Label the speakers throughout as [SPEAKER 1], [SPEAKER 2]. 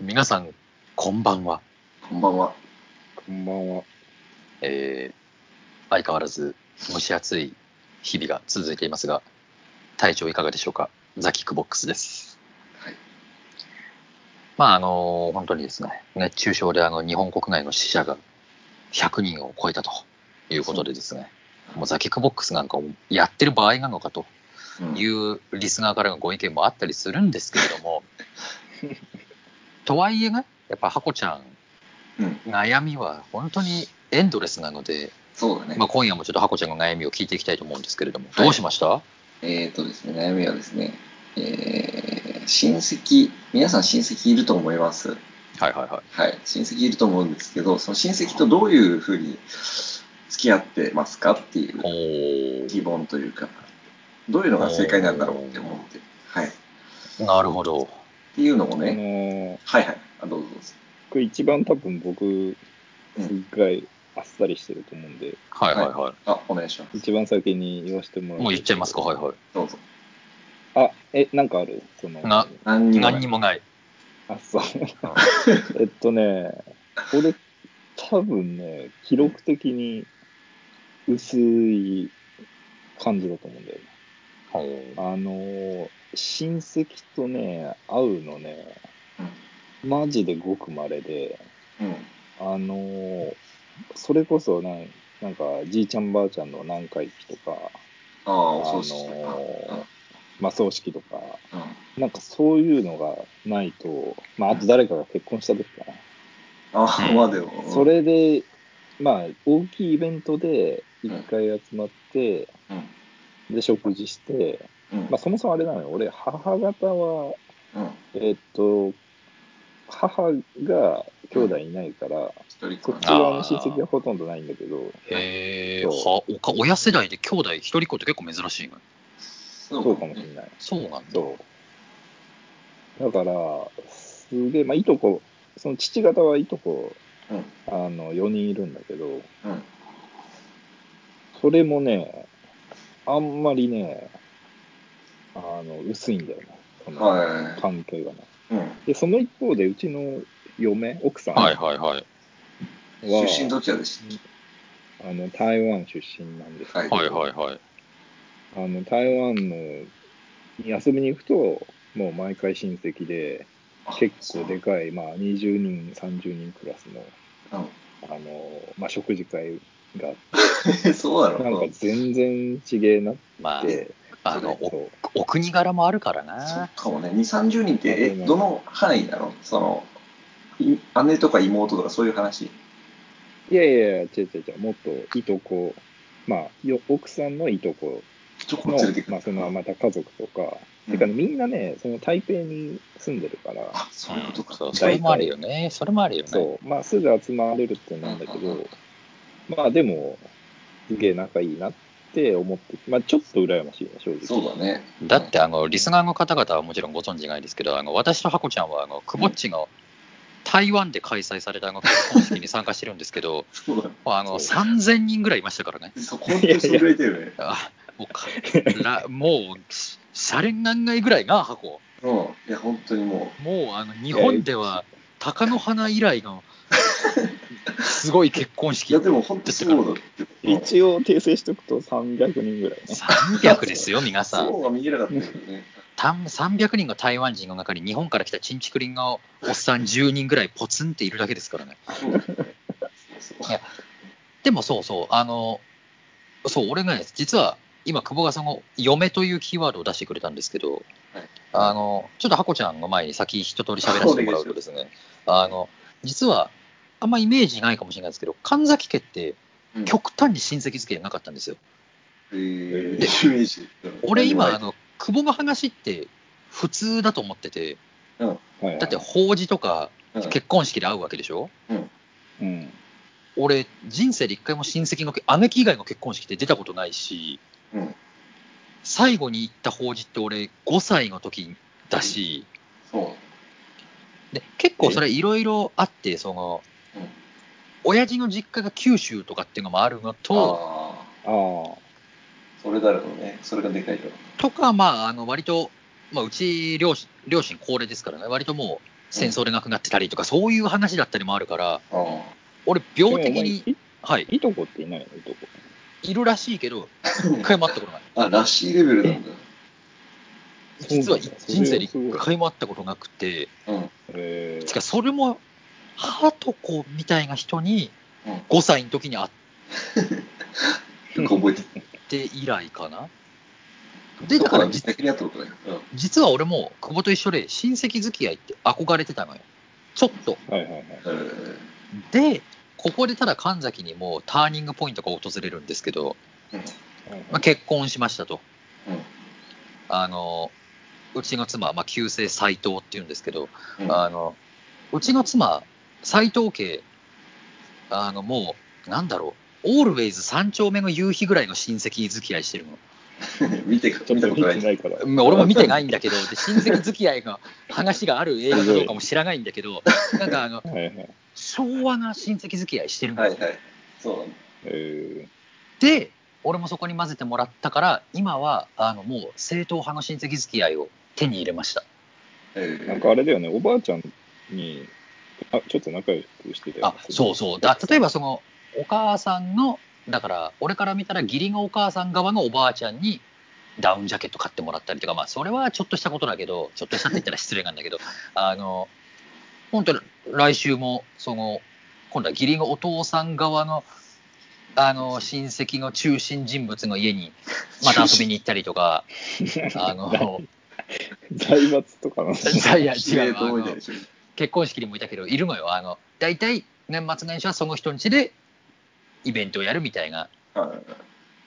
[SPEAKER 1] 皆さん、こんばんは。
[SPEAKER 2] こんばんは。
[SPEAKER 3] こんばんは。
[SPEAKER 1] えー相変わらず蒸し暑い日々が続いていますが、体調いかがでしょうかザ・キックボックスです。
[SPEAKER 2] はい
[SPEAKER 1] まあ、あの本当にですね、熱中症であの日本国内の死者が100人を超えたということでですね、もうザ・キックボックスなんかをやってる場合なのかと
[SPEAKER 2] うん
[SPEAKER 1] いうリスナーからのご意見もあったりするんですけれど も、とはいえね、やっぱハコちゃん、
[SPEAKER 2] うん、
[SPEAKER 1] 悩みは本当にエンドレスなので、
[SPEAKER 2] そうだね。
[SPEAKER 1] まあ、今夜もちょっとハコちゃんの悩みを聞いていきたいと思うんですけれども、
[SPEAKER 2] はい
[SPEAKER 1] どうしました
[SPEAKER 2] えっ、とですね、悩みはですね、えー親戚、皆さん親戚いると思います。
[SPEAKER 1] はいはいは
[SPEAKER 2] はい、親戚いると思うんですけど、その親戚とどういうふうに付き合ってますかってい
[SPEAKER 1] い。
[SPEAKER 2] う疑問というか、どういうのが正解なんだろうって思って、はい。っ
[SPEAKER 1] おお、なるほど。
[SPEAKER 2] ていうのを
[SPEAKER 3] あの
[SPEAKER 2] ね、
[SPEAKER 3] ー、
[SPEAKER 2] はいはい、あどうぞどうぞ。
[SPEAKER 3] これ一番多分僕、すっごいあっさりしてると思うんで、
[SPEAKER 1] はいはいは
[SPEAKER 2] あ、お願いします。
[SPEAKER 3] 一番先に言わせてもら
[SPEAKER 1] い。もう言っちゃいますか、はいは
[SPEAKER 2] どうぞ。
[SPEAKER 3] あ、え、なんかあるその、
[SPEAKER 1] な
[SPEAKER 2] 何
[SPEAKER 1] い。
[SPEAKER 2] にもない
[SPEAKER 1] 何にもない。
[SPEAKER 3] あ、そう。 えっとね、俺、多分ね、記録的に薄い感じだと思うんだよね。
[SPEAKER 1] おー
[SPEAKER 3] あのー、親戚とね、会うのね、マジでごく稀で、
[SPEAKER 2] うん。うん。
[SPEAKER 3] あのーそれこそなん、なんか、じいちゃんばあちゃんの何回忌とか、
[SPEAKER 2] ああ、
[SPEAKER 3] あの
[SPEAKER 2] お葬式とか。
[SPEAKER 3] ーまあ、葬式とか、
[SPEAKER 2] うんうん
[SPEAKER 3] なんかそういうのがないと、まあ、あと誰かが結婚した時かな。
[SPEAKER 2] ああ、まあでも。
[SPEAKER 3] そ、れで、まあ、大きいイベントで一回集まって、
[SPEAKER 2] うん。
[SPEAKER 3] で、食事して、
[SPEAKER 2] うん。
[SPEAKER 3] まあ、そもそもあれなのよ、俺、母方は、
[SPEAKER 2] うん。
[SPEAKER 3] えっと、母が兄弟いないから、
[SPEAKER 2] 一人
[SPEAKER 3] こ
[SPEAKER 2] か
[SPEAKER 3] っち
[SPEAKER 2] な。
[SPEAKER 3] 側の親戚がほとんどないんだけど、
[SPEAKER 1] へえ。
[SPEAKER 3] そう
[SPEAKER 1] はおか親世代で兄弟一人っ子って結構珍しいね。
[SPEAKER 2] そ
[SPEAKER 3] そうかもしれない。
[SPEAKER 1] そうなんだ。
[SPEAKER 3] そう。だから、すげえ、まあ、いとこ、その父方はいとこ、
[SPEAKER 2] うん。
[SPEAKER 3] あの、4人いるんだけど、
[SPEAKER 2] うん。
[SPEAKER 3] それもね、あんまりね、あの、薄いんだよね。その
[SPEAKER 2] は
[SPEAKER 3] 関係がね。
[SPEAKER 2] い。うん。
[SPEAKER 3] で、その一方で、うちの嫁、奥さん
[SPEAKER 1] はい
[SPEAKER 3] は、
[SPEAKER 1] はいはい。
[SPEAKER 2] 出身どちらでし
[SPEAKER 3] あの、台湾出身なんです
[SPEAKER 2] たはい。
[SPEAKER 1] はいはいはい。
[SPEAKER 3] あの、台湾の、に遊びに行くと、もう毎回親戚で、
[SPEAKER 2] あ
[SPEAKER 3] 結構でかい、まあ、20人、30人クラスの、
[SPEAKER 2] う
[SPEAKER 3] あの、まあ、食事会があっ
[SPEAKER 2] ん。そうだ
[SPEAKER 3] て、なん
[SPEAKER 2] ろ
[SPEAKER 3] か
[SPEAKER 2] う。
[SPEAKER 3] 全然ちげえなっ
[SPEAKER 1] まあ、
[SPEAKER 3] て、
[SPEAKER 1] あの、お
[SPEAKER 3] そう
[SPEAKER 1] お国柄もあるから
[SPEAKER 2] そう
[SPEAKER 1] な。
[SPEAKER 2] かもね。2、30人って、
[SPEAKER 3] うん
[SPEAKER 2] え、どの範囲なのその、い姉とか妹とかそういう話。
[SPEAKER 3] いやいやいや、違う違う違う、もっといとこ、まあ、よ奥さんのいとこ
[SPEAKER 2] ちょこ
[SPEAKER 3] の
[SPEAKER 2] っ連れて、く
[SPEAKER 3] まあ、
[SPEAKER 2] る。
[SPEAKER 3] そのまた家族とか、
[SPEAKER 2] うん
[SPEAKER 3] てかね、みんなね、その台北に住んでるから、
[SPEAKER 2] あ、そういうこと
[SPEAKER 1] そ
[SPEAKER 2] か
[SPEAKER 1] う。それもあるよね。それもあるよね。
[SPEAKER 3] そう、まあ、すぐ集まれるってなんだけ
[SPEAKER 2] うんうん
[SPEAKER 3] ど、まあ、でも、すげえ仲いいなって思って、まあ、ちょっと羨ましいね、正直。
[SPEAKER 2] そうだね。
[SPEAKER 1] だってあのリスナーの方々はもちろんご存知ないですけどあの私とハコちゃんはあのくぼっちの台湾で開催されたあの結婚式に参加してるんですけ ど
[SPEAKER 2] そうだね。
[SPEAKER 1] あの
[SPEAKER 3] そう
[SPEAKER 1] 3000人ぐらいいましたからね
[SPEAKER 2] そこにそれぐらいだよね。
[SPEAKER 1] あもうからもうししゃれになんないぐらいな箱
[SPEAKER 2] うん。いや、本当にも
[SPEAKER 1] もうあの日本では鷹の花以来のすごい結婚
[SPEAKER 2] う。い
[SPEAKER 1] 式
[SPEAKER 2] や、でも本当そうだって。
[SPEAKER 3] 一応、訂正しておくと300人ぐらいね。
[SPEAKER 1] 300ですよ皆さ
[SPEAKER 2] そ
[SPEAKER 1] ん
[SPEAKER 2] うは見えなかったけどね。
[SPEAKER 1] たん300人の台湾人の中に日本から来たチンチクリンのおっさん10人ぐらいポツンっているだけですからね
[SPEAKER 2] そうだね。そうそう
[SPEAKER 1] いやでもそうそう、あの、そう、俺がね、実は今、久保川さんが嫁というキーワードを出してくれたんですけど、
[SPEAKER 2] はい
[SPEAKER 1] あの、ちょっとハコちゃんの前に先一通り喋らせてもらうとですね、あの、実は、あんまイメージないかもしれないですけど、神崎家って
[SPEAKER 2] うん
[SPEAKER 1] 極端に親戚付きがなかったんですよ。
[SPEAKER 2] えー、イメージ。
[SPEAKER 1] 俺今、
[SPEAKER 2] う
[SPEAKER 1] あの、久保の話って普通だと思ってて、
[SPEAKER 3] はいはい
[SPEAKER 1] だって法事とか
[SPEAKER 2] ん
[SPEAKER 1] 結婚式で会うわけでしょ
[SPEAKER 3] うん。
[SPEAKER 1] 俺、人生で一回も親戚のけ姉貴以外の結婚式って出たことないし、
[SPEAKER 2] うん
[SPEAKER 1] 最後に行った法事って俺、5歳の時だし、
[SPEAKER 2] そ
[SPEAKER 1] で結構それいろいろあって、その、
[SPEAKER 2] う。うん
[SPEAKER 1] 親父の実家が九州とかっていうのもあるのと、
[SPEAKER 2] ああ
[SPEAKER 3] ああ。
[SPEAKER 2] それだろうね。それがでかいだろう。
[SPEAKER 1] とか、まあ、あの割と、まあ、うち両親両親高齢ですからね、割ともう戦争で亡くなってたりとか、そういう話だったりもあるから、
[SPEAKER 2] ああ。
[SPEAKER 1] 俺、
[SPEAKER 3] でも
[SPEAKER 1] 病
[SPEAKER 3] お前
[SPEAKER 1] 的に、
[SPEAKER 3] い
[SPEAKER 1] はい、
[SPEAKER 3] いとこっていないのいとこ。
[SPEAKER 1] いるらしいけど、一回も会ったことない。
[SPEAKER 2] あ、らしいレベルなんだ。
[SPEAKER 1] 実は
[SPEAKER 3] そうなんだ
[SPEAKER 1] 人生で
[SPEAKER 3] それはすごい
[SPEAKER 1] 一回も会ったことなくて、
[SPEAKER 2] うん。
[SPEAKER 3] え
[SPEAKER 1] しかもそれも、ハート子みたいな人に
[SPEAKER 2] うん、
[SPEAKER 1] 5歳の時に会っ
[SPEAKER 2] よく覚えてる。
[SPEAKER 1] て以来かな。で、
[SPEAKER 2] ど
[SPEAKER 1] だか
[SPEAKER 2] こからら
[SPEAKER 1] 実
[SPEAKER 2] 実際に会ったことない。うん。
[SPEAKER 1] 実は俺も久保と一緒で親戚付き合いって憧れてたのよちょっと
[SPEAKER 3] はいはいはい。
[SPEAKER 2] えー
[SPEAKER 1] でここでただ神崎にもうターニングポイントが訪れるんですけど、
[SPEAKER 3] はいはい
[SPEAKER 1] まあ、結婚しましたと
[SPEAKER 2] うん。
[SPEAKER 1] あのうちの妻は、まあ、旧姓斎藤っていうんですけど、
[SPEAKER 2] うん
[SPEAKER 1] あのうちの妻斎藤家あのもうなんだろうオールウェイズ三丁目の夕日ぐらいの親戚付き合いしてるの
[SPEAKER 2] 見て、
[SPEAKER 3] ちょっ
[SPEAKER 2] 見た
[SPEAKER 3] と
[SPEAKER 2] こ
[SPEAKER 3] 見
[SPEAKER 2] と
[SPEAKER 3] て
[SPEAKER 2] な。
[SPEAKER 3] ないいから。
[SPEAKER 1] まあ俺も見てないんだ けどで親戚付き合いの話がある映画かどうかも知らないんだけ どなんかあの
[SPEAKER 3] はいはい。
[SPEAKER 1] 昭和な親戚付き合いしてるんで
[SPEAKER 2] は
[SPEAKER 1] す
[SPEAKER 2] い
[SPEAKER 1] よ、
[SPEAKER 2] はい。そうなんだ。
[SPEAKER 3] え
[SPEAKER 1] で俺もそこに混ぜてもらったから今はあのもう正統派の親戚付き合いを手に入れました
[SPEAKER 2] え
[SPEAKER 3] ー、
[SPEAKER 2] ー
[SPEAKER 3] なんかあれだよね、おばあちゃんに、あちょっと仲良くしてたよ
[SPEAKER 1] あ
[SPEAKER 3] ね、
[SPEAKER 1] そうそうだ例えばそのお母さんのだから俺から見たら義理のお母さん側のおばあちゃんにダウンジャケット買ってもらったりとかまあそれはちょっとしたことだけどちょっとしたって言ったら失礼なんだけど あの本当に来週もその今度は義理のお父さん側のあの親戚の中心人物の家にまた遊びに行ったりとかあの
[SPEAKER 3] 財閥とかの。
[SPEAKER 1] いや
[SPEAKER 2] 知り合
[SPEAKER 1] 違
[SPEAKER 2] いうと思い
[SPEAKER 1] あ
[SPEAKER 2] たい
[SPEAKER 1] の
[SPEAKER 2] でしょ。
[SPEAKER 1] 結婚式にもいたけどいるのよあの大体年末年始はその人ん家でイベントをやるみたいな
[SPEAKER 2] はい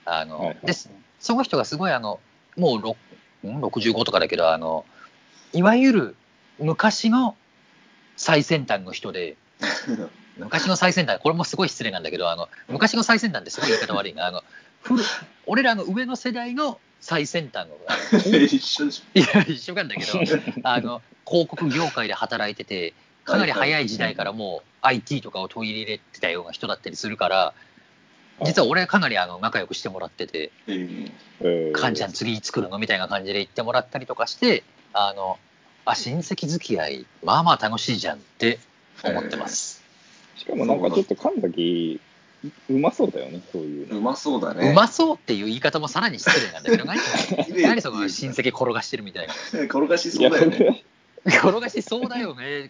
[SPEAKER 1] あの、
[SPEAKER 3] はいはい
[SPEAKER 1] でその人がすごいあのもうろくん65とかだけどあのいわゆる昔の最先端の人 で昔の最先端これもすごい失礼なんだけどあの昔の最先端ってすごい言い方悪いなあの古俺らの上の世代の最先端のあの
[SPEAKER 2] 一緒でし
[SPEAKER 1] いや一緒なんだけ どあの広告業界で働いててかなり早い時代からもう IT とかを取り入れてたような人だったりするから実は俺はかなりあの仲良くしてもらってて
[SPEAKER 2] ょ。えー
[SPEAKER 1] 「
[SPEAKER 3] えー
[SPEAKER 1] カンちゃん次作るの?」みたいな感じで言ってもらったりとかしてあのあ親戚付き合いまあまあ楽しいじゃんって思ってます。
[SPEAKER 3] しかもなんかちょっと神崎、うまそうだよね、そういうの。
[SPEAKER 2] うまそうだね。
[SPEAKER 1] うまそうっていう言い方もさらに失礼なんだけ ど何何その親
[SPEAKER 2] 戚。
[SPEAKER 1] 戚転がしてるみたいな
[SPEAKER 2] 転がしそうだよね。
[SPEAKER 1] 転がしそうだよね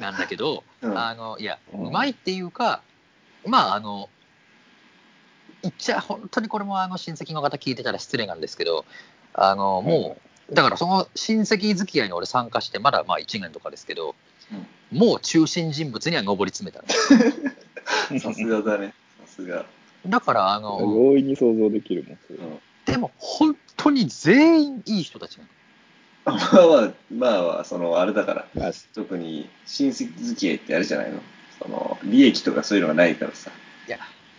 [SPEAKER 1] なんだけど
[SPEAKER 2] うん
[SPEAKER 1] あのいや、
[SPEAKER 3] うん
[SPEAKER 1] うまいっていうか、まあ、あの、言っちゃ、本当にこれもあの親戚の方聞いてたら失礼なんですけど、あのもう、だからその親戚付き合いに俺参加して、まだまあ1年とかですけど、もう中心人物には上り詰めたの。
[SPEAKER 2] さすがだね。さすが。
[SPEAKER 1] だから、あの、
[SPEAKER 3] 容易に想像できるもん、それ
[SPEAKER 2] うん
[SPEAKER 1] でも本当に全員いい人たちなの。
[SPEAKER 2] まあまあ、まあまあ、その、あれだから、
[SPEAKER 3] まあ
[SPEAKER 2] 特に親戚付き合いってあれじゃないのその、利益とかそういうのがないからさ。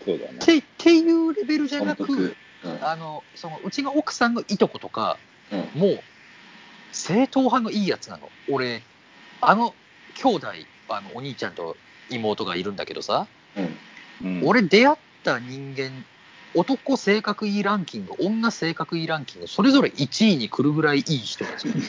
[SPEAKER 3] そうだね。
[SPEAKER 1] てっていうレベルじゃなく
[SPEAKER 2] 本格、。うん
[SPEAKER 1] あのそのうちの奥さんのいとことか、
[SPEAKER 2] うん
[SPEAKER 1] もう正統派のいいやつなの俺あの兄弟あのお兄ちゃんと妹がいるんだけどさ、
[SPEAKER 2] うん。
[SPEAKER 3] うん、
[SPEAKER 1] 俺出会った人間男性格いいランキング女性格いいランキングそれぞれ1位に来るぐらいいい人たちなの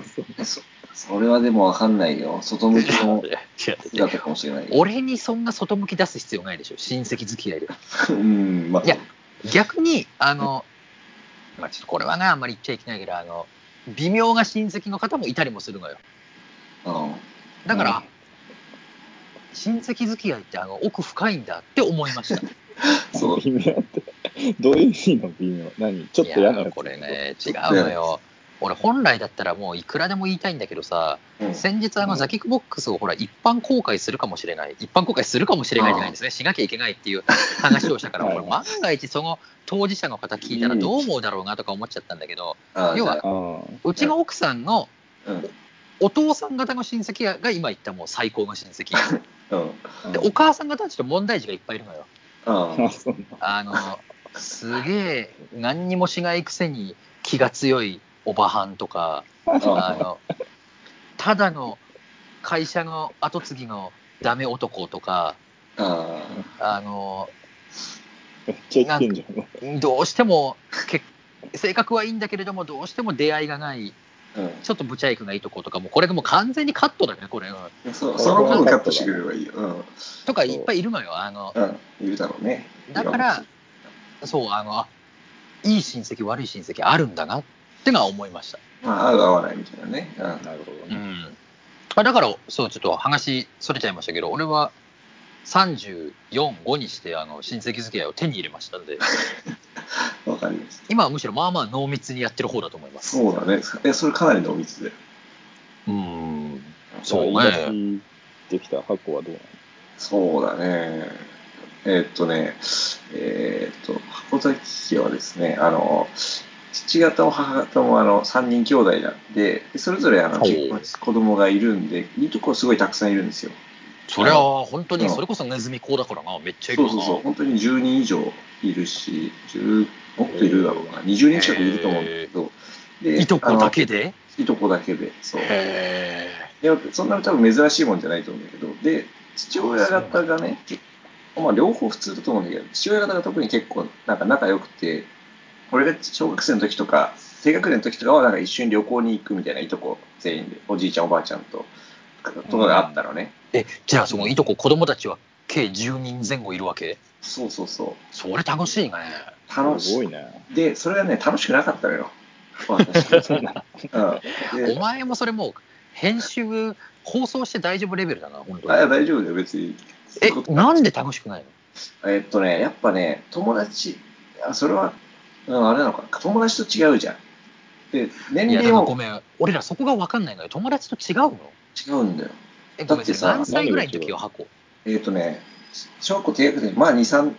[SPEAKER 3] あそう
[SPEAKER 2] そそれはでもわかんないよ。外向きの
[SPEAKER 1] いや違う
[SPEAKER 2] 姿かもしれないよ。
[SPEAKER 1] 俺にそんな外向き出す必要ないでしょ親戚付き合いで
[SPEAKER 2] うん、まあ。
[SPEAKER 1] いや逆にあの、まあ、ちょっとこれはねあんまり言っちゃいけないけどあの微妙な親戚の方もいたりもするのよ
[SPEAKER 2] うん。
[SPEAKER 1] だから、
[SPEAKER 3] うん
[SPEAKER 1] 親戚付き合いってあの奥深いんだって思いました
[SPEAKER 2] そう。
[SPEAKER 3] 微妙って。どういう意味の微妙何 ちょっと嫌
[SPEAKER 1] い
[SPEAKER 3] な
[SPEAKER 1] や
[SPEAKER 3] やつ
[SPEAKER 1] これ。ね違うのよ俺本来だったらもういくらでも言いたいんだけどさ
[SPEAKER 2] うん
[SPEAKER 1] 先日あ
[SPEAKER 3] う
[SPEAKER 1] の
[SPEAKER 3] ん
[SPEAKER 1] ザキックボックスをほら一般公開するかもしれない一般公開するかもしれないじゃないですねしなきゃいけないっていう話をしたから
[SPEAKER 3] はい
[SPEAKER 1] 俺万が一その当事者の方聞いたらどう思うだろうなとか思っちゃったんだけど
[SPEAKER 2] あ
[SPEAKER 1] 要は
[SPEAKER 2] じゃ
[SPEAKER 3] あ
[SPEAKER 1] うちの奥さんの
[SPEAKER 2] あうん。
[SPEAKER 1] お父さん方の親戚が今言ったもう最高の親戚
[SPEAKER 2] うん。
[SPEAKER 3] あ。
[SPEAKER 1] でお母さん方はちょっと問題児がいっぱいいるのよ
[SPEAKER 2] あ
[SPEAKER 3] あ、そう
[SPEAKER 1] あの、すげえ、何にもしないくせに気が強いおばはんとか、 あ
[SPEAKER 2] あ。
[SPEAKER 1] の、ただの会社の後継ぎのダメ男とか、
[SPEAKER 2] あ
[SPEAKER 1] あの、
[SPEAKER 3] めっちゃ言ってんじゃん。
[SPEAKER 1] どうしても、け性格はいいんだけれども、どうしても出会いがないちょっとブチャイクがいいとことか、もうこれでもう完全にカットだね、これは。
[SPEAKER 2] うん。そその分カットしてくれればいいよ。うん。
[SPEAKER 1] とかいっぱいいるのよ。あの、
[SPEAKER 2] うん。いるだろうね。
[SPEAKER 1] だから、そう、あの、あいい親戚、悪い親戚あるんだなってのは思いました。
[SPEAKER 2] まあ、合う合わないみたいなね。うん。
[SPEAKER 3] なるほど
[SPEAKER 1] う
[SPEAKER 3] ね。
[SPEAKER 1] ん。あだから、そう、ちょっと話、それちゃいましたけど、俺は34、5にして、あの、親戚付き合いを手に入れましたんで、
[SPEAKER 2] わかります。
[SPEAKER 1] 今はむしろまあまあ濃密にやってる方だと思います。
[SPEAKER 2] そうだね。え、それかなり濃密で。
[SPEAKER 1] うん。そうね
[SPEAKER 3] 言い出しできた箱はどうなの
[SPEAKER 2] そうだね。えーっとね、えーっと、箱崎家はですね、あの、父方も母方もあの3人兄弟なんで、でそれぞれあの
[SPEAKER 1] はい
[SPEAKER 2] 結婚子供がいるんで、いいとこすごいたくさんいるんですよ。
[SPEAKER 1] そりゃあ、本当
[SPEAKER 2] う
[SPEAKER 1] に、
[SPEAKER 2] ん
[SPEAKER 1] それこそネズミ講だからな、めっちゃいる
[SPEAKER 2] そう
[SPEAKER 1] よ
[SPEAKER 2] そう
[SPEAKER 1] な。
[SPEAKER 2] そう、本当に10人以上いるし、10もっといるだろうな、20人近くいると思うんだけど、で
[SPEAKER 1] いとこだけで
[SPEAKER 2] あのいとこだけで、そう。
[SPEAKER 1] へ
[SPEAKER 2] でそんなに多分珍しいもんじゃないと思うんだけど、で、父親方がね、まあ両方普通だと思うんだけど、父親方が特に結構なんか仲良くて、俺が小学生の時とか、低学年の時とかはなんか一緒に旅行に行くみたいないとこ全員で、おじいちゃんおばあちゃんと、とかがあったのね。
[SPEAKER 1] え。え、じゃあ、そのいとこ、子供たちは計10人前後いるわけ
[SPEAKER 2] そうそうそ
[SPEAKER 1] それ楽しいね。
[SPEAKER 2] う。楽
[SPEAKER 3] す
[SPEAKER 2] し
[SPEAKER 3] ご
[SPEAKER 2] い
[SPEAKER 3] い。ね。
[SPEAKER 2] で、それがね、楽しくなかったのよ。私
[SPEAKER 3] そうなの
[SPEAKER 2] うんで
[SPEAKER 1] お前もそれもう、編集、放送して大丈夫レベルだな、本当
[SPEAKER 2] あいや
[SPEAKER 1] に。
[SPEAKER 2] 大丈夫だよ、別に。
[SPEAKER 1] え、なんで楽しくないの
[SPEAKER 2] えっとね、やっぱね、友達、あそれは、うん、あれなのか、友達と違うじゃん。で、年
[SPEAKER 1] いや、だ
[SPEAKER 2] 齢
[SPEAKER 1] から
[SPEAKER 2] も
[SPEAKER 1] ごめん、俺らそこが分かんないのよ。友達と違うの
[SPEAKER 2] 違うんだよ。
[SPEAKER 1] え、ごめん
[SPEAKER 2] だって
[SPEAKER 1] な
[SPEAKER 2] さ
[SPEAKER 1] さい。何歳ぐらいの時よ、箱。
[SPEAKER 2] えっとね、小学校低学年、まあ2、3、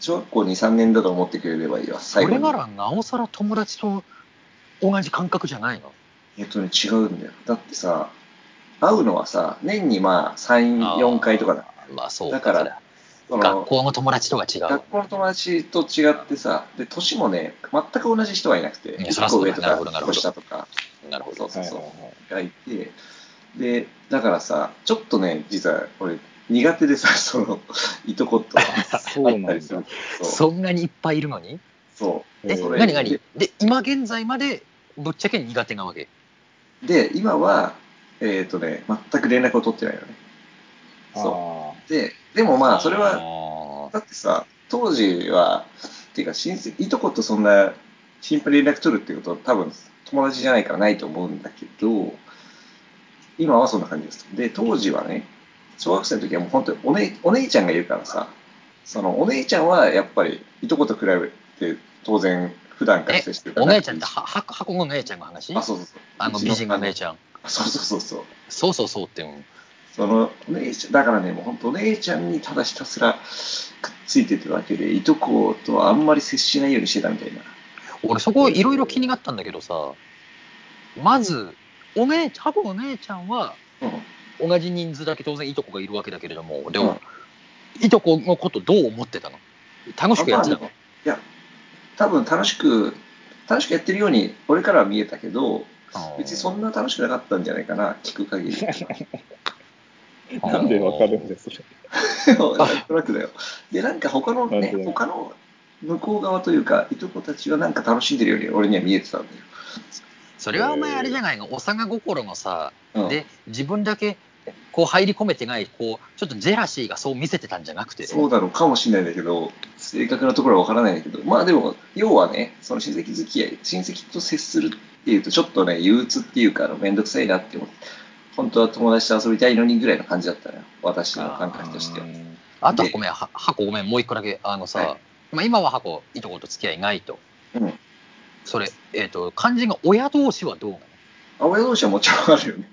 [SPEAKER 2] 小学校2、3年だと思ってくれればいいわ、
[SPEAKER 1] そ
[SPEAKER 2] 最後
[SPEAKER 1] れ
[SPEAKER 2] に
[SPEAKER 1] なら、なおさら友達と同じ感覚じゃないの
[SPEAKER 2] えっとね、違うんだよ。だってさ、会うのはさ、年にまあ3、
[SPEAKER 1] あー
[SPEAKER 2] 4回とかだ。
[SPEAKER 1] まあ、そう
[SPEAKER 2] だから
[SPEAKER 1] そりゃ
[SPEAKER 2] そ
[SPEAKER 1] 学
[SPEAKER 2] の
[SPEAKER 1] 校の友達とは違う
[SPEAKER 2] 学。校の友達と違ってさ、で、年もね、全く同じ人はいなくて、
[SPEAKER 1] いやそりゃ
[SPEAKER 2] 一個
[SPEAKER 1] そうだ
[SPEAKER 2] 上と
[SPEAKER 1] な
[SPEAKER 2] か
[SPEAKER 1] るほどな、るほど
[SPEAKER 2] 年下とか、
[SPEAKER 1] なるほ
[SPEAKER 2] そ
[SPEAKER 1] ど
[SPEAKER 2] う。そうそう。
[SPEAKER 3] はいはいはい
[SPEAKER 2] がいて、で、だからさ、ちょっとね、実は俺、苦手でさ、 その、いとことか
[SPEAKER 3] そうなんだ
[SPEAKER 2] 入ったりするそう。
[SPEAKER 1] そんなにいっぱいいるのに
[SPEAKER 2] そう。
[SPEAKER 1] え、
[SPEAKER 2] それ
[SPEAKER 1] なになにで、今現在までぶっちゃけ苦手なわけ。
[SPEAKER 2] で、今は、えっ、とね、全く連絡を取ってないよね。そ
[SPEAKER 3] あ
[SPEAKER 2] う。で、でもまあ、それは、
[SPEAKER 1] は。
[SPEAKER 2] だってさ、当時は、っていうか、親戚、いとことそんな、頻繁に連絡取るっていうことは多分、友達じゃないからないと思うんだけど、今はそんな感じです。で、当時はね、小学生の時はもう本当にお,、ね、お姉ちゃんがいるからさ、そのお姉ちゃんはやっぱり、いとこと比べて、当然、普段から
[SPEAKER 1] え
[SPEAKER 2] 接してる、から
[SPEAKER 1] お
[SPEAKER 2] 仲い
[SPEAKER 1] 姉
[SPEAKER 2] いし。
[SPEAKER 1] ちゃんって、は、は箱の姉ちゃんの話
[SPEAKER 2] あ、そうそうそう。
[SPEAKER 1] あの美人が姉
[SPEAKER 2] ち
[SPEAKER 1] ちゃん。
[SPEAKER 2] ゃん。そうそうそうそう。
[SPEAKER 1] そうそうそうって、うん
[SPEAKER 2] そのお姉ちゃんだからね、もう本当、お姉ちゃんにただひたすらくっついてただけで、いとことはあんまり接しないようにしてたみたいな。
[SPEAKER 1] 俺そこいろいろ気になったんだけどさ、まず、お姉、多分お姉ちゃんは
[SPEAKER 2] うん、
[SPEAKER 1] 同じ人数だけ当然いとこがいるわけだけれども、で
[SPEAKER 2] う
[SPEAKER 1] も
[SPEAKER 2] ん、
[SPEAKER 1] いとこのことどう思ってたの楽しくやってたの
[SPEAKER 2] いや、多分楽しく、楽しくやってるように、俺からは見えたけど、別にそんな楽しくなかったんじゃないかな、聞く限 り。
[SPEAKER 3] あ。なんでわかるんですか
[SPEAKER 2] なんとなくだよ。で、なんか他の
[SPEAKER 3] な
[SPEAKER 2] ね
[SPEAKER 3] るほ、ど
[SPEAKER 2] 他の向こう側というか、いとこたちはなんか楽しんでるように俺には見えてたんだよ。
[SPEAKER 1] それはお前あれじゃないの、幼心のさ、
[SPEAKER 2] うん、
[SPEAKER 1] で、自分だけこう入り込めてない、こう、ちょっとジェラシーがそう見せてたんじゃなくて、
[SPEAKER 2] そうだろうかもしれないんだけど、正確なところはわからないんだけど、まあでも、要はね、その親戚付き合い、親戚と接するっていうと、ちょっとね、憂鬱っていうか、あのめんどくさいなって思って、本当は友達と遊びたいのにぐらいの感じだったのよ、私の感覚としては。
[SPEAKER 1] あとは
[SPEAKER 2] で
[SPEAKER 1] ごめん、は箱ごめん、もう一個だけ、あのさ、
[SPEAKER 2] はい
[SPEAKER 1] まあ、今は箱、いとこと付き合いないと、
[SPEAKER 2] うん。
[SPEAKER 1] それ、えっ、と、肝心が親同士はどうなの
[SPEAKER 2] あ親同士はもちろんあるよね。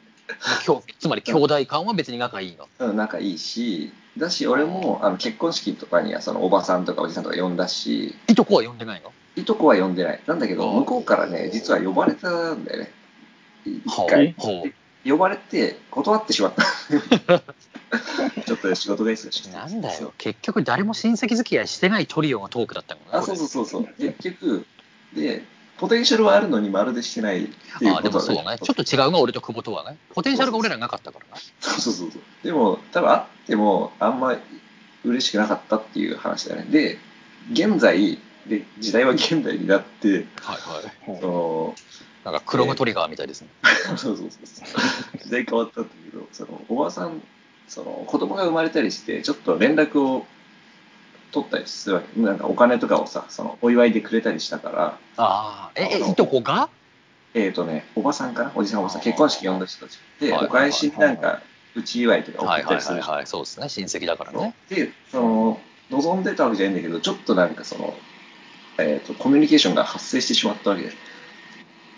[SPEAKER 1] きょつまり兄弟間は別に仲いいの。
[SPEAKER 2] うん、仲いいし、だし、俺もあの結婚式とかには、そのおばさんとかおじさんとか呼んだし、
[SPEAKER 1] いとこは呼んでないの
[SPEAKER 2] いとこは呼んでない。なんだけど、
[SPEAKER 1] あー
[SPEAKER 2] 向こうからね、実は呼ばれたんだよね。一
[SPEAKER 1] は
[SPEAKER 2] 回。
[SPEAKER 1] あほ
[SPEAKER 2] 呼ばれて断ってしまっ たちょっと仕事が忙しく
[SPEAKER 1] う
[SPEAKER 2] て
[SPEAKER 1] なんだ
[SPEAKER 2] そ
[SPEAKER 1] よ
[SPEAKER 2] う。
[SPEAKER 1] 結局誰も親戚付き合いしてないトリオのトークだったの
[SPEAKER 2] あそうそうそうそう結局でポテンシャルはあるのにまるでしてないっていう
[SPEAKER 1] あ
[SPEAKER 2] こ
[SPEAKER 1] でも
[SPEAKER 2] と
[SPEAKER 1] そう
[SPEAKER 2] だ
[SPEAKER 1] ね。ちょっと違うが俺と久保とはね。ポテンシャルが俺らなかったからな。
[SPEAKER 2] そうそうそうそうでも多分会ってもあんま嬉しくなかったっていう話だねで現在で時代は現代になって
[SPEAKER 1] はいはい。
[SPEAKER 2] その
[SPEAKER 1] なんかクロムトリガーみたいですね。
[SPEAKER 2] そうそうそうそう。時代変わったんだけど、その、おばさん、その、子供が生まれたりして、ちょっと連絡を取ったりするわけ。なんかお金とかをさ、その、お祝いでくれたりしたから、
[SPEAKER 1] ああ、え、
[SPEAKER 2] あの
[SPEAKER 1] え、いとこが
[SPEAKER 2] えっ、ー、とね、おばさんかなおじさんおばさん、
[SPEAKER 1] あー
[SPEAKER 2] 結婚式呼んだ人たちで、
[SPEAKER 1] はい
[SPEAKER 2] お返しになんか、うち祝いとか
[SPEAKER 1] は
[SPEAKER 2] 送
[SPEAKER 1] いはい
[SPEAKER 2] ったりす
[SPEAKER 1] はい
[SPEAKER 2] る人
[SPEAKER 1] はい、そうですね。親戚だからね。
[SPEAKER 2] で、その、望んでたわけじゃないんだけど、ちょっとなんかその、えっ、と、コミュニケーションが発生してしまったわけで。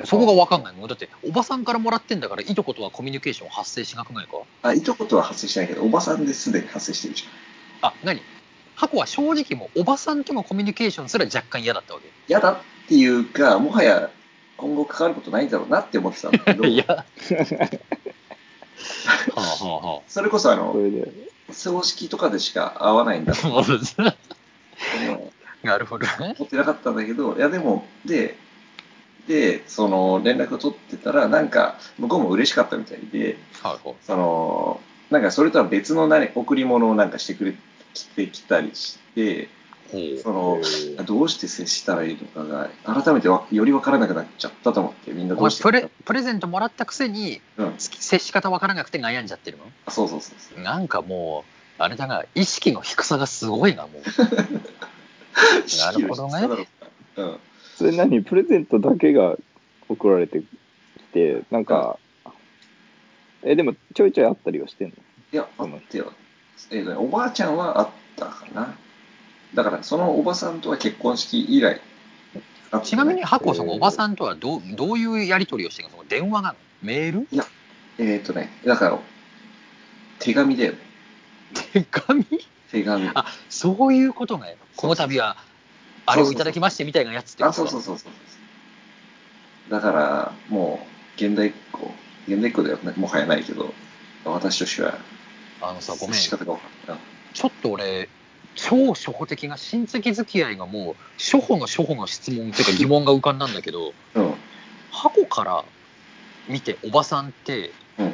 [SPEAKER 1] そこがわかんないもん。だって、おばさんからもらってんだから、いとことはコミュニケーション発生しなくないか
[SPEAKER 2] あ、いとことは発生してないけど、おばさんですでに発生してるじゃん。
[SPEAKER 1] あ、何ハコは正直もうおばさんとのコミュニケーションすら若干嫌だったわけ。
[SPEAKER 2] 嫌だっていうか、もはや今後関わることないんだろうなって思ってたんだけど、
[SPEAKER 1] い や。はあはあは
[SPEAKER 2] それこそあ
[SPEAKER 3] そ
[SPEAKER 2] の、
[SPEAKER 3] れで、
[SPEAKER 2] 葬式とかでしか会わないんだと思
[SPEAKER 1] あ。
[SPEAKER 2] って
[SPEAKER 1] なるほどね。
[SPEAKER 2] 思ってなかったんだけど、いやでも、で、で、その連絡を取ってたら、なんか向こうも嬉しかったみたいで、
[SPEAKER 1] はいはい。
[SPEAKER 2] その、なんかそれとは別の何贈り物をなんかしてくれてきたりして、
[SPEAKER 1] ほう。
[SPEAKER 2] その、どうして接したらいいのかが、改めてわより分からなくなっちゃったと思って、みんな
[SPEAKER 1] お
[SPEAKER 2] どう
[SPEAKER 1] 前
[SPEAKER 2] して
[SPEAKER 1] プレプレゼントもらったくせに
[SPEAKER 2] うん、
[SPEAKER 1] つ接し方わからなくて悩んじゃってるの
[SPEAKER 2] そうそうそうそう。
[SPEAKER 1] なんかもうあれだな意識の低さがすごいなもう なるほどね
[SPEAKER 2] 意識の低さだろうか。うん。
[SPEAKER 3] それ何プレゼントだけが送られてきて、なんか、え、でもちょいちょいあったりはしてんの
[SPEAKER 2] いや、あってよ。えーとねおばあちゃんはあったかな。だから、そのおばさんとは結婚式以来。あ
[SPEAKER 1] ちなみにハコさん
[SPEAKER 3] えー
[SPEAKER 1] おばさんとはどうどういうやり取りをしてるのその電話なのメール
[SPEAKER 2] えっ、とね、だから、手紙だよね。
[SPEAKER 1] 手紙
[SPEAKER 2] 手紙。
[SPEAKER 1] あそういうことねこの度はあれをいただきましてみたいなやつってこ
[SPEAKER 2] あ
[SPEAKER 1] と
[SPEAKER 2] そうそうそうそうそう。だから、もう、現代っ子、現代っ子ではなもはやないけど、私としては、
[SPEAKER 1] あのさごめん
[SPEAKER 2] 仕
[SPEAKER 1] ちょ
[SPEAKER 2] 方が分からんない。
[SPEAKER 1] っと俺超初歩的な親戚付き合いがもう初歩の初歩の質問っていうか疑問が浮かんだんだけど
[SPEAKER 2] うん。
[SPEAKER 1] 箱から見ておばさんって
[SPEAKER 2] うん。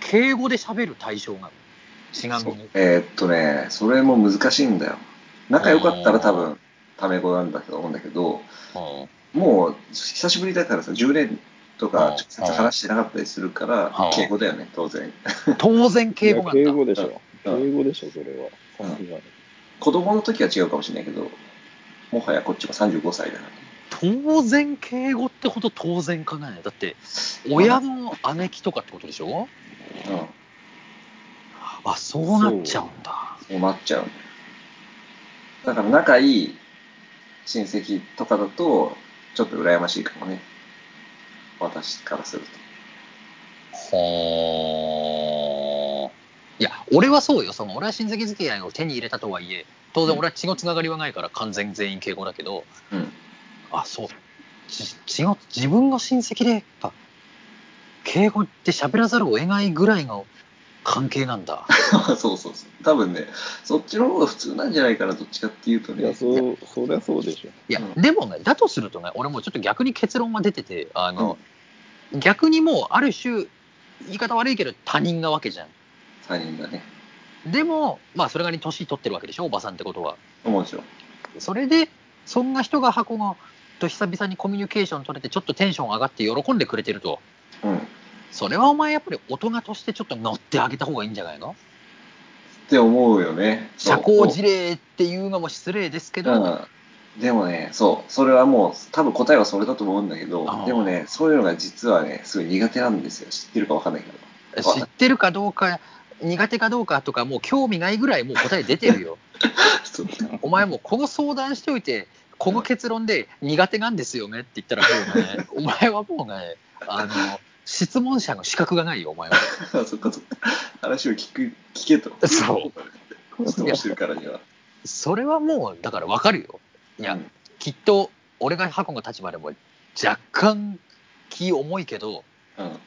[SPEAKER 1] 敬語で喋る対象なのちなみ
[SPEAKER 2] そう
[SPEAKER 1] に
[SPEAKER 2] えーっとね、それも難しいんだよ。仲良かったら多分、タメ語なんだと思うんだけど、
[SPEAKER 1] うん
[SPEAKER 2] もう、久しぶりだからさ、10年とか
[SPEAKER 1] うん
[SPEAKER 2] 直接話してなかったりするから
[SPEAKER 1] うん、
[SPEAKER 2] 敬語だよね、当然。
[SPEAKER 1] 当然敬語
[SPEAKER 3] い
[SPEAKER 1] なんだ
[SPEAKER 3] や敬語でしょ。
[SPEAKER 2] うん
[SPEAKER 3] 敬語でしょ、それは。
[SPEAKER 2] うん
[SPEAKER 3] 完全に
[SPEAKER 2] 子供の時は違うかもしれないけど、もはやこっちが35歳だから。
[SPEAKER 1] 当然敬語ってほど当然かねだって親の姉貴とかってことでしょ
[SPEAKER 2] うん。
[SPEAKER 1] あそうなっちゃうんだ
[SPEAKER 2] そうなっちゃうんだよだから仲いい親戚とかだと、ちょっと羨ましいかもね。私からすると。
[SPEAKER 1] ほーいや俺はそうよその俺は親戚付き合いを手に入れたとはいえ当然俺は血のつながりはないから完全全員敬語だけど、
[SPEAKER 2] うん。
[SPEAKER 1] あ、そう。ち違う、自分の親戚で、やっぱ、敬語って喋らざるを得ないぐらいの関係なん だ。
[SPEAKER 2] そうそうそう。多分ね、そっちの方が普通なんじゃないかな、どっちかっていうと
[SPEAKER 3] い
[SPEAKER 2] ね。
[SPEAKER 3] や、そう、そりゃそうでしょ。
[SPEAKER 1] いや、
[SPEAKER 2] うん
[SPEAKER 1] でもね、だとするとね、俺もうちょっと逆に結論が出てて、あの、逆にもう、ある種、言い方悪いけど、他人なわけじゃ
[SPEAKER 2] 他人だね。
[SPEAKER 1] ん。でも、まあ、それなりに年取ってるわけでしょ、おばさんってことは。
[SPEAKER 2] もちろん。
[SPEAKER 1] それで、そんな人が箱の、と久々にコミュニケーション取れて、ちょっとテンション上がって喜んでくれてると。
[SPEAKER 2] うん。っ
[SPEAKER 1] それはお前やっぱり大人としてちょっと乗ってあげた方がいいんじゃないの
[SPEAKER 2] て思うよね。
[SPEAKER 1] 社交辞令っていうのも失礼ですけど、
[SPEAKER 2] うん。でもね、そう、それはもう、多分答えはそれだと思うんだけど
[SPEAKER 1] あ、ー
[SPEAKER 2] でもね、そういうのが実はね、すごい苦手なんですよ。知ってるかわかんないけど。
[SPEAKER 1] 知ってるかどうか苦手かどうかとかもう興味ないぐらいもう答え出てる よ
[SPEAKER 2] そう
[SPEAKER 1] お前もうこの相談しておいてこの結論で苦手なんですよねって言ったらもうねお前はもうねあの質問者の資格がないよお前は
[SPEAKER 2] あそっかそっか。話を聞く、聞けと。。
[SPEAKER 1] そう
[SPEAKER 2] 質問してるからには。
[SPEAKER 1] それはもうだから分かるよいや、
[SPEAKER 2] うん
[SPEAKER 1] きっと俺が箱の立場でも若干気重いけど
[SPEAKER 2] うん。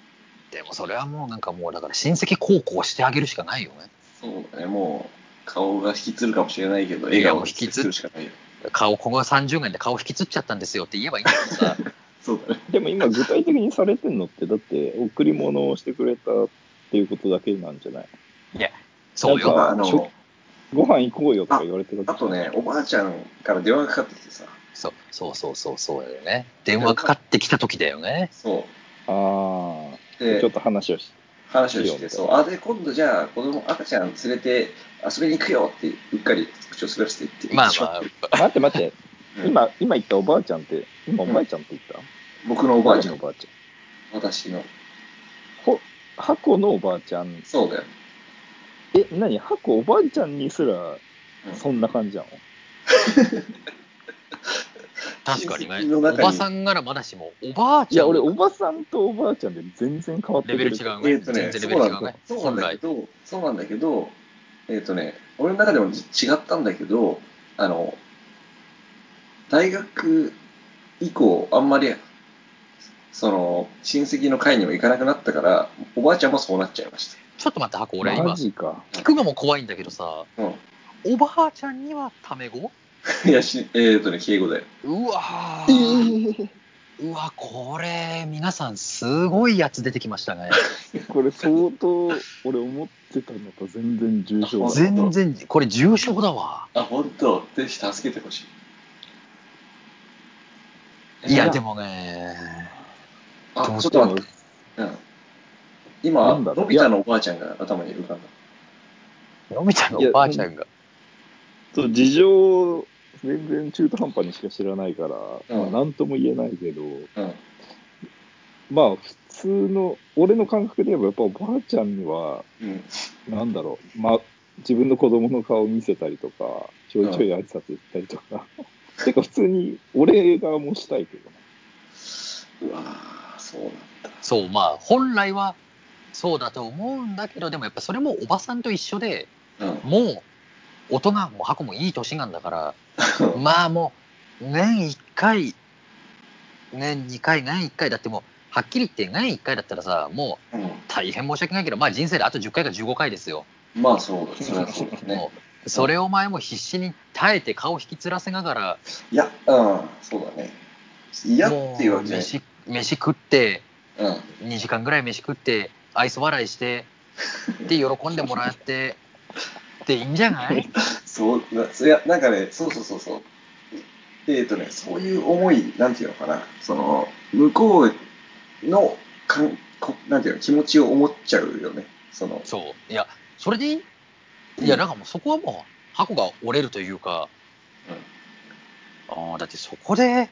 [SPEAKER 1] でもそれはもうなんかもうだから親戚孝行してあげるしかないよね
[SPEAKER 2] そうだね、もう、顔が引きつるかもしれないけど、
[SPEAKER 1] い
[SPEAKER 2] 笑顔
[SPEAKER 1] やも
[SPEAKER 2] を
[SPEAKER 1] う
[SPEAKER 2] 引
[SPEAKER 1] 引
[SPEAKER 2] き
[SPEAKER 1] き
[SPEAKER 2] つ
[SPEAKER 1] つ
[SPEAKER 2] るしかないよ。
[SPEAKER 1] 顔ここが30年で顔引きつっちゃったんですよって言えばいいんだけどさ
[SPEAKER 2] そうだね。
[SPEAKER 3] でも今、具体的にされてんのって、だって、贈り物をしてくれたっていうことだけなんじゃない
[SPEAKER 1] そう
[SPEAKER 2] なん
[SPEAKER 1] よ
[SPEAKER 2] かあ
[SPEAKER 3] しょ
[SPEAKER 2] の、
[SPEAKER 3] ご飯行こうよとか言われてるわ
[SPEAKER 2] あ
[SPEAKER 3] けじゃ
[SPEAKER 2] と
[SPEAKER 3] な
[SPEAKER 2] ね、
[SPEAKER 3] い
[SPEAKER 2] おばあちゃんから電話がかかってきてさ、
[SPEAKER 1] そうそうそうそうそうだよね。電話かかってきた時だよね。
[SPEAKER 2] そう。
[SPEAKER 3] ああ、
[SPEAKER 2] で
[SPEAKER 3] ちょっと話をし
[SPEAKER 2] 話をして、そう、あ、で、今度じゃあ、子供、赤ちゃん連れて遊びに行くよって、うっかり口を滑らせて言って、
[SPEAKER 1] まあまあ、
[SPEAKER 3] 待って待って、
[SPEAKER 2] うん
[SPEAKER 3] 今、今言ったおばあちゃんって、今おばあちゃんって言った、
[SPEAKER 2] 僕のおばあちゃ
[SPEAKER 3] 誰の
[SPEAKER 2] ん
[SPEAKER 3] お、ばあちゃん。
[SPEAKER 2] 私の、
[SPEAKER 3] ほ、箱のおばあちゃん。
[SPEAKER 2] そうだよ。
[SPEAKER 3] え、何箱おばあちゃんにすら
[SPEAKER 2] う、ん
[SPEAKER 3] そんな感じなの、
[SPEAKER 1] 確かにね
[SPEAKER 2] 親戚の。中
[SPEAKER 1] お
[SPEAKER 2] に
[SPEAKER 1] ばさんならまだしも、おばあ
[SPEAKER 3] い
[SPEAKER 1] ちゃ
[SPEAKER 3] や、
[SPEAKER 1] ん
[SPEAKER 3] 俺、おばさんとおばあちゃんで全然変わって
[SPEAKER 1] レ
[SPEAKER 3] く
[SPEAKER 1] ベ
[SPEAKER 3] る。
[SPEAKER 1] ル違う
[SPEAKER 2] え
[SPEAKER 1] ね。
[SPEAKER 2] っとね
[SPEAKER 1] 全然レベル違うね。
[SPEAKER 2] そうなん
[SPEAKER 1] 本
[SPEAKER 2] だけ
[SPEAKER 1] 来。
[SPEAKER 2] ど、そうなんだけど、えっ、とね、俺の中でもじ違ったんだけど、あの、大学以降、あんまり、その、親戚の会にも行かなくなったから、おばあちゃんもそうなっちゃいまし
[SPEAKER 1] ちょっと待って、箱、俺今
[SPEAKER 3] マ、ジか。
[SPEAKER 1] 聞くのも怖いんだけどさ、
[SPEAKER 2] た。うん。
[SPEAKER 1] おばあちゃんにはタメ語
[SPEAKER 2] いや、しえっ、とね、敬語だよ。
[SPEAKER 1] うわー。うわ、これ、皆さん、すごいやつ出てきましたね。
[SPEAKER 3] これ相当、俺思ってたのと全然重症だ。
[SPEAKER 1] 全然、これ、重症だわ。
[SPEAKER 2] あ、本当ぜひ助けてほしい。
[SPEAKER 1] いや、
[SPEAKER 2] あ
[SPEAKER 1] でもね、
[SPEAKER 2] あ、ち
[SPEAKER 3] ど
[SPEAKER 2] ょ
[SPEAKER 3] う
[SPEAKER 2] っ
[SPEAKER 3] し
[SPEAKER 2] と
[SPEAKER 3] た
[SPEAKER 2] 待っ
[SPEAKER 3] の
[SPEAKER 2] て。うん。
[SPEAKER 3] な
[SPEAKER 2] 今、
[SPEAKER 3] んだろう
[SPEAKER 2] のび太のおばあちゃんが頭に浮かんだ。
[SPEAKER 1] のびちゃんのおばあちゃんが、
[SPEAKER 3] そう事情を全然中途半端にしか知らないから、
[SPEAKER 2] うん
[SPEAKER 3] まあなんとも言えないけど、
[SPEAKER 2] うん。
[SPEAKER 3] まあ普通の、俺の感覚で言えばやっぱおばあちゃんには、
[SPEAKER 2] うん。
[SPEAKER 3] なんだろう、まあ自分の子供の顔を見せたりとか、ちょいちょい挨拶行ったりと か、てか普通に俺側もしたいけどね。
[SPEAKER 2] うわーそうなんだ。
[SPEAKER 1] そう、まあ、本来はそうだと思うんだけど、でもやっぱそれもおばさんと一緒で、
[SPEAKER 2] うん
[SPEAKER 1] もう大人も箱もいい年なんだから、 まあもう年1回、年2回、年1回だってもう、はっきり言って年1回だったらさ、もう大変申し訳ないけど、まあ人生であと10回か15回ですよ。
[SPEAKER 2] うん、まあそうだ、それはそうだ ね。
[SPEAKER 1] もうそれを前も必死に耐えて顔引きつらせながら、
[SPEAKER 2] いや、うん、そうだね。嫌っていうわけじゃない。
[SPEAKER 1] もう飯飯食って、
[SPEAKER 2] うん、
[SPEAKER 1] 2時間ぐらい飯食って愛想笑いしてで喜んでもらってでいいんじゃない
[SPEAKER 2] そうな、いや、なんかね、そうそうそうそう。えっ、とね、そういう思い、なんていうのかな、その、向こうのかんこ、なんていうの、気持ちを思っちゃうよね。その、
[SPEAKER 1] そういやそれでいいいやなんかもうそこはもう箱が折れるというかあーだってそこで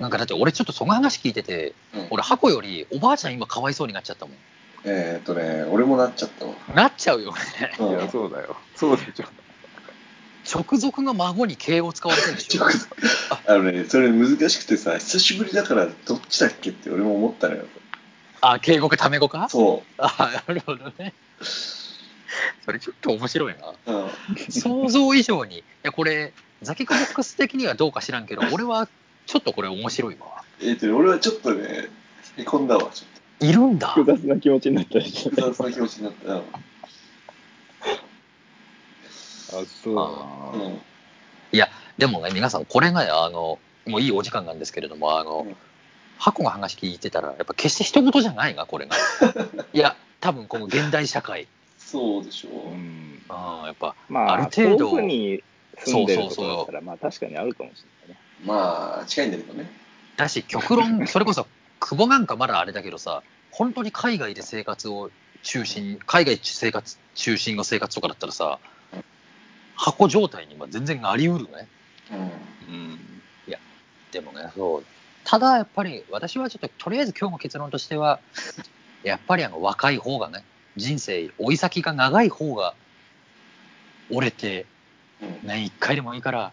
[SPEAKER 1] なんかだって俺ちょっとその話聞いてて
[SPEAKER 2] うん、うん
[SPEAKER 1] 俺箱よりおばあちゃん今かわいそうになっちゃったもん
[SPEAKER 2] えっ、とね、俺もなっちゃったわ。
[SPEAKER 1] なっちゃうよね
[SPEAKER 2] うん、
[SPEAKER 3] そうだよ。そうでしょ。
[SPEAKER 1] 直属の孫に敬語使われてるんでしょ
[SPEAKER 2] 直属あのね、それ難しくてさ、久しぶりだからどっちだっけって俺も思ったのよ。
[SPEAKER 1] あ敬語かタメ語か
[SPEAKER 2] そ
[SPEAKER 1] あなるほどねそれちょっと面白いな
[SPEAKER 2] う。うん
[SPEAKER 1] 想像以上に、いや、これ、ザキックボックス的にはどうか知らんけど、俺はちょっとこれ面白いわ。
[SPEAKER 2] えっ、とね、俺はちょっとね、へこんだわ、ちょっ
[SPEAKER 1] いるんだ。
[SPEAKER 3] 複雑な気持ちになったりし
[SPEAKER 2] と。
[SPEAKER 3] て。
[SPEAKER 2] 複雑な気持ちになった。
[SPEAKER 3] あ、そ
[SPEAKER 2] う
[SPEAKER 3] う
[SPEAKER 2] ん。うん。
[SPEAKER 1] でもね、皆さん、これがね、あの、もういいお時間なんですけれども、あの
[SPEAKER 2] うん、
[SPEAKER 1] 箱が話聞いてたら、やっぱ決して一言じゃないな、これが。いや、多分この現代社会、
[SPEAKER 2] そうでしょう。
[SPEAKER 3] うん
[SPEAKER 1] あーやっぱ、
[SPEAKER 3] ま
[SPEAKER 1] ある程度
[SPEAKER 3] 遠くに住んでるところだったら、まあ確かにあるかもしれないね。
[SPEAKER 2] まあ、近いんだけどね。
[SPEAKER 1] だし、極論、 それこそ、久保なんかまだあれだけどさ、本当に海外で生活を中心、海外生活中心の生活とかだったらさ、箱状態にまあ全然あり得るね。
[SPEAKER 2] う
[SPEAKER 3] うん。
[SPEAKER 1] でもね、そう。ただやっぱり私はちょっととりあえず今日の結論としては、やっぱりあの若い方がね、人生、追い先が長い方が折れて、
[SPEAKER 2] ん。うん。
[SPEAKER 1] 年一回でもいいから、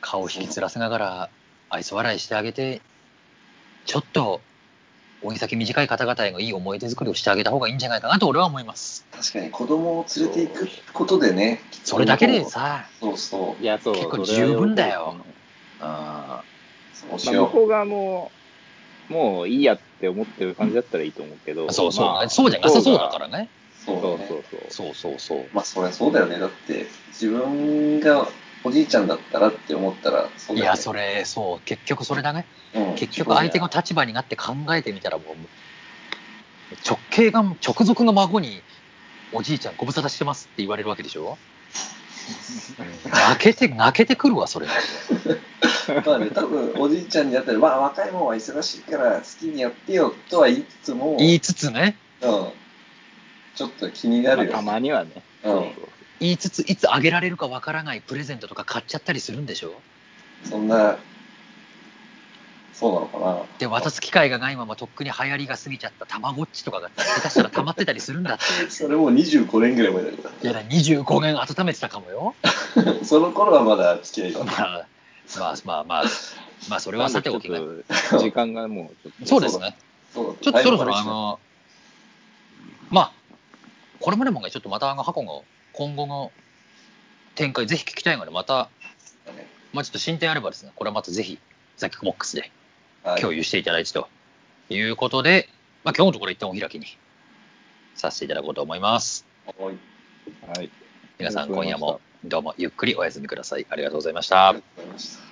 [SPEAKER 1] 顔を引きつらせながら愛想笑いしてあげて、ちょっと追い先短い方々へのいい思い出作りをしてあげた方がいいんじゃないかなと俺は思います。
[SPEAKER 2] 確かに子供を連れていくことでね。
[SPEAKER 1] それだけでさ、
[SPEAKER 2] そうそう。
[SPEAKER 3] いや、そう。
[SPEAKER 1] 結構
[SPEAKER 3] それは
[SPEAKER 1] 十分だよ
[SPEAKER 3] 喜ぶ
[SPEAKER 1] あ
[SPEAKER 2] そうし
[SPEAKER 3] まあ、向こ
[SPEAKER 2] よ
[SPEAKER 3] う側も、もういいやって思ってる感じだったらいいと思うけど、
[SPEAKER 1] そうそう、
[SPEAKER 3] まあ
[SPEAKER 1] そうじゃなさそうだから
[SPEAKER 3] 向
[SPEAKER 1] ね。
[SPEAKER 2] う。そう
[SPEAKER 3] こうが
[SPEAKER 2] だ
[SPEAKER 3] そ
[SPEAKER 2] ね。
[SPEAKER 3] うそうそう。
[SPEAKER 1] そうそうそう。
[SPEAKER 2] まあ、そりゃそうだよね。だって、自分がおじいちゃんだったらって思ったら、そう
[SPEAKER 1] い
[SPEAKER 2] だよ
[SPEAKER 1] や、
[SPEAKER 2] ね。
[SPEAKER 1] それ、そう、結局それだね。
[SPEAKER 2] うん
[SPEAKER 1] 結局相手の立場になって考えてみたらもう直系が直属の孫に「おじいちゃんご無沙汰してます」 って言われるわけでしょ泣けて泣けてくるわそれ
[SPEAKER 2] まあね、多分おじいちゃんになったら、まあ、若いもんは忙しいから好きにやってよとは言いつつも、
[SPEAKER 1] 言いつつね、
[SPEAKER 2] うん、ちょっと気にな
[SPEAKER 3] まあ
[SPEAKER 2] るよ。
[SPEAKER 3] たまにはね。
[SPEAKER 2] うん
[SPEAKER 3] そうそう
[SPEAKER 1] 言いつついつあげられるかわからないプレゼントとか買っちゃったりするんでしょ
[SPEAKER 2] そんな、そうなのかな。
[SPEAKER 1] で渡す機会がないままとっくに流行りが過ぎちゃったたまごっちとかが下手したら溜まってたりするんだって
[SPEAKER 2] それもう25年ぐらい前だか
[SPEAKER 1] いやだ25年温めてたかも よ
[SPEAKER 2] ら、その頃はまだ付き合いが
[SPEAKER 1] ま。あまあまあまあまあそれはさておき
[SPEAKER 3] な
[SPEAKER 1] ね
[SPEAKER 3] んで ちょっと時間がもうちょっと。
[SPEAKER 1] そうですね
[SPEAKER 2] そう
[SPEAKER 1] ちょっとそろそろあ、のまあこれまでもねちょっとまたあの箱の今後の展開ぜひ聞きたいのでまたまあちょっと進展あればですねこれはまたぜひザキックボックスで共
[SPEAKER 2] 日
[SPEAKER 1] 有していただいてということで、まあ、今日のところ一旦お開きにさせていただこうと思います。
[SPEAKER 2] はい
[SPEAKER 3] はい。
[SPEAKER 1] 皆さん
[SPEAKER 3] あ
[SPEAKER 1] 今
[SPEAKER 3] りが
[SPEAKER 1] 夜
[SPEAKER 3] とうございま
[SPEAKER 1] も
[SPEAKER 3] し
[SPEAKER 1] どうもゆっくりお休みください。ありがとうございました
[SPEAKER 2] ありがとう。ございました。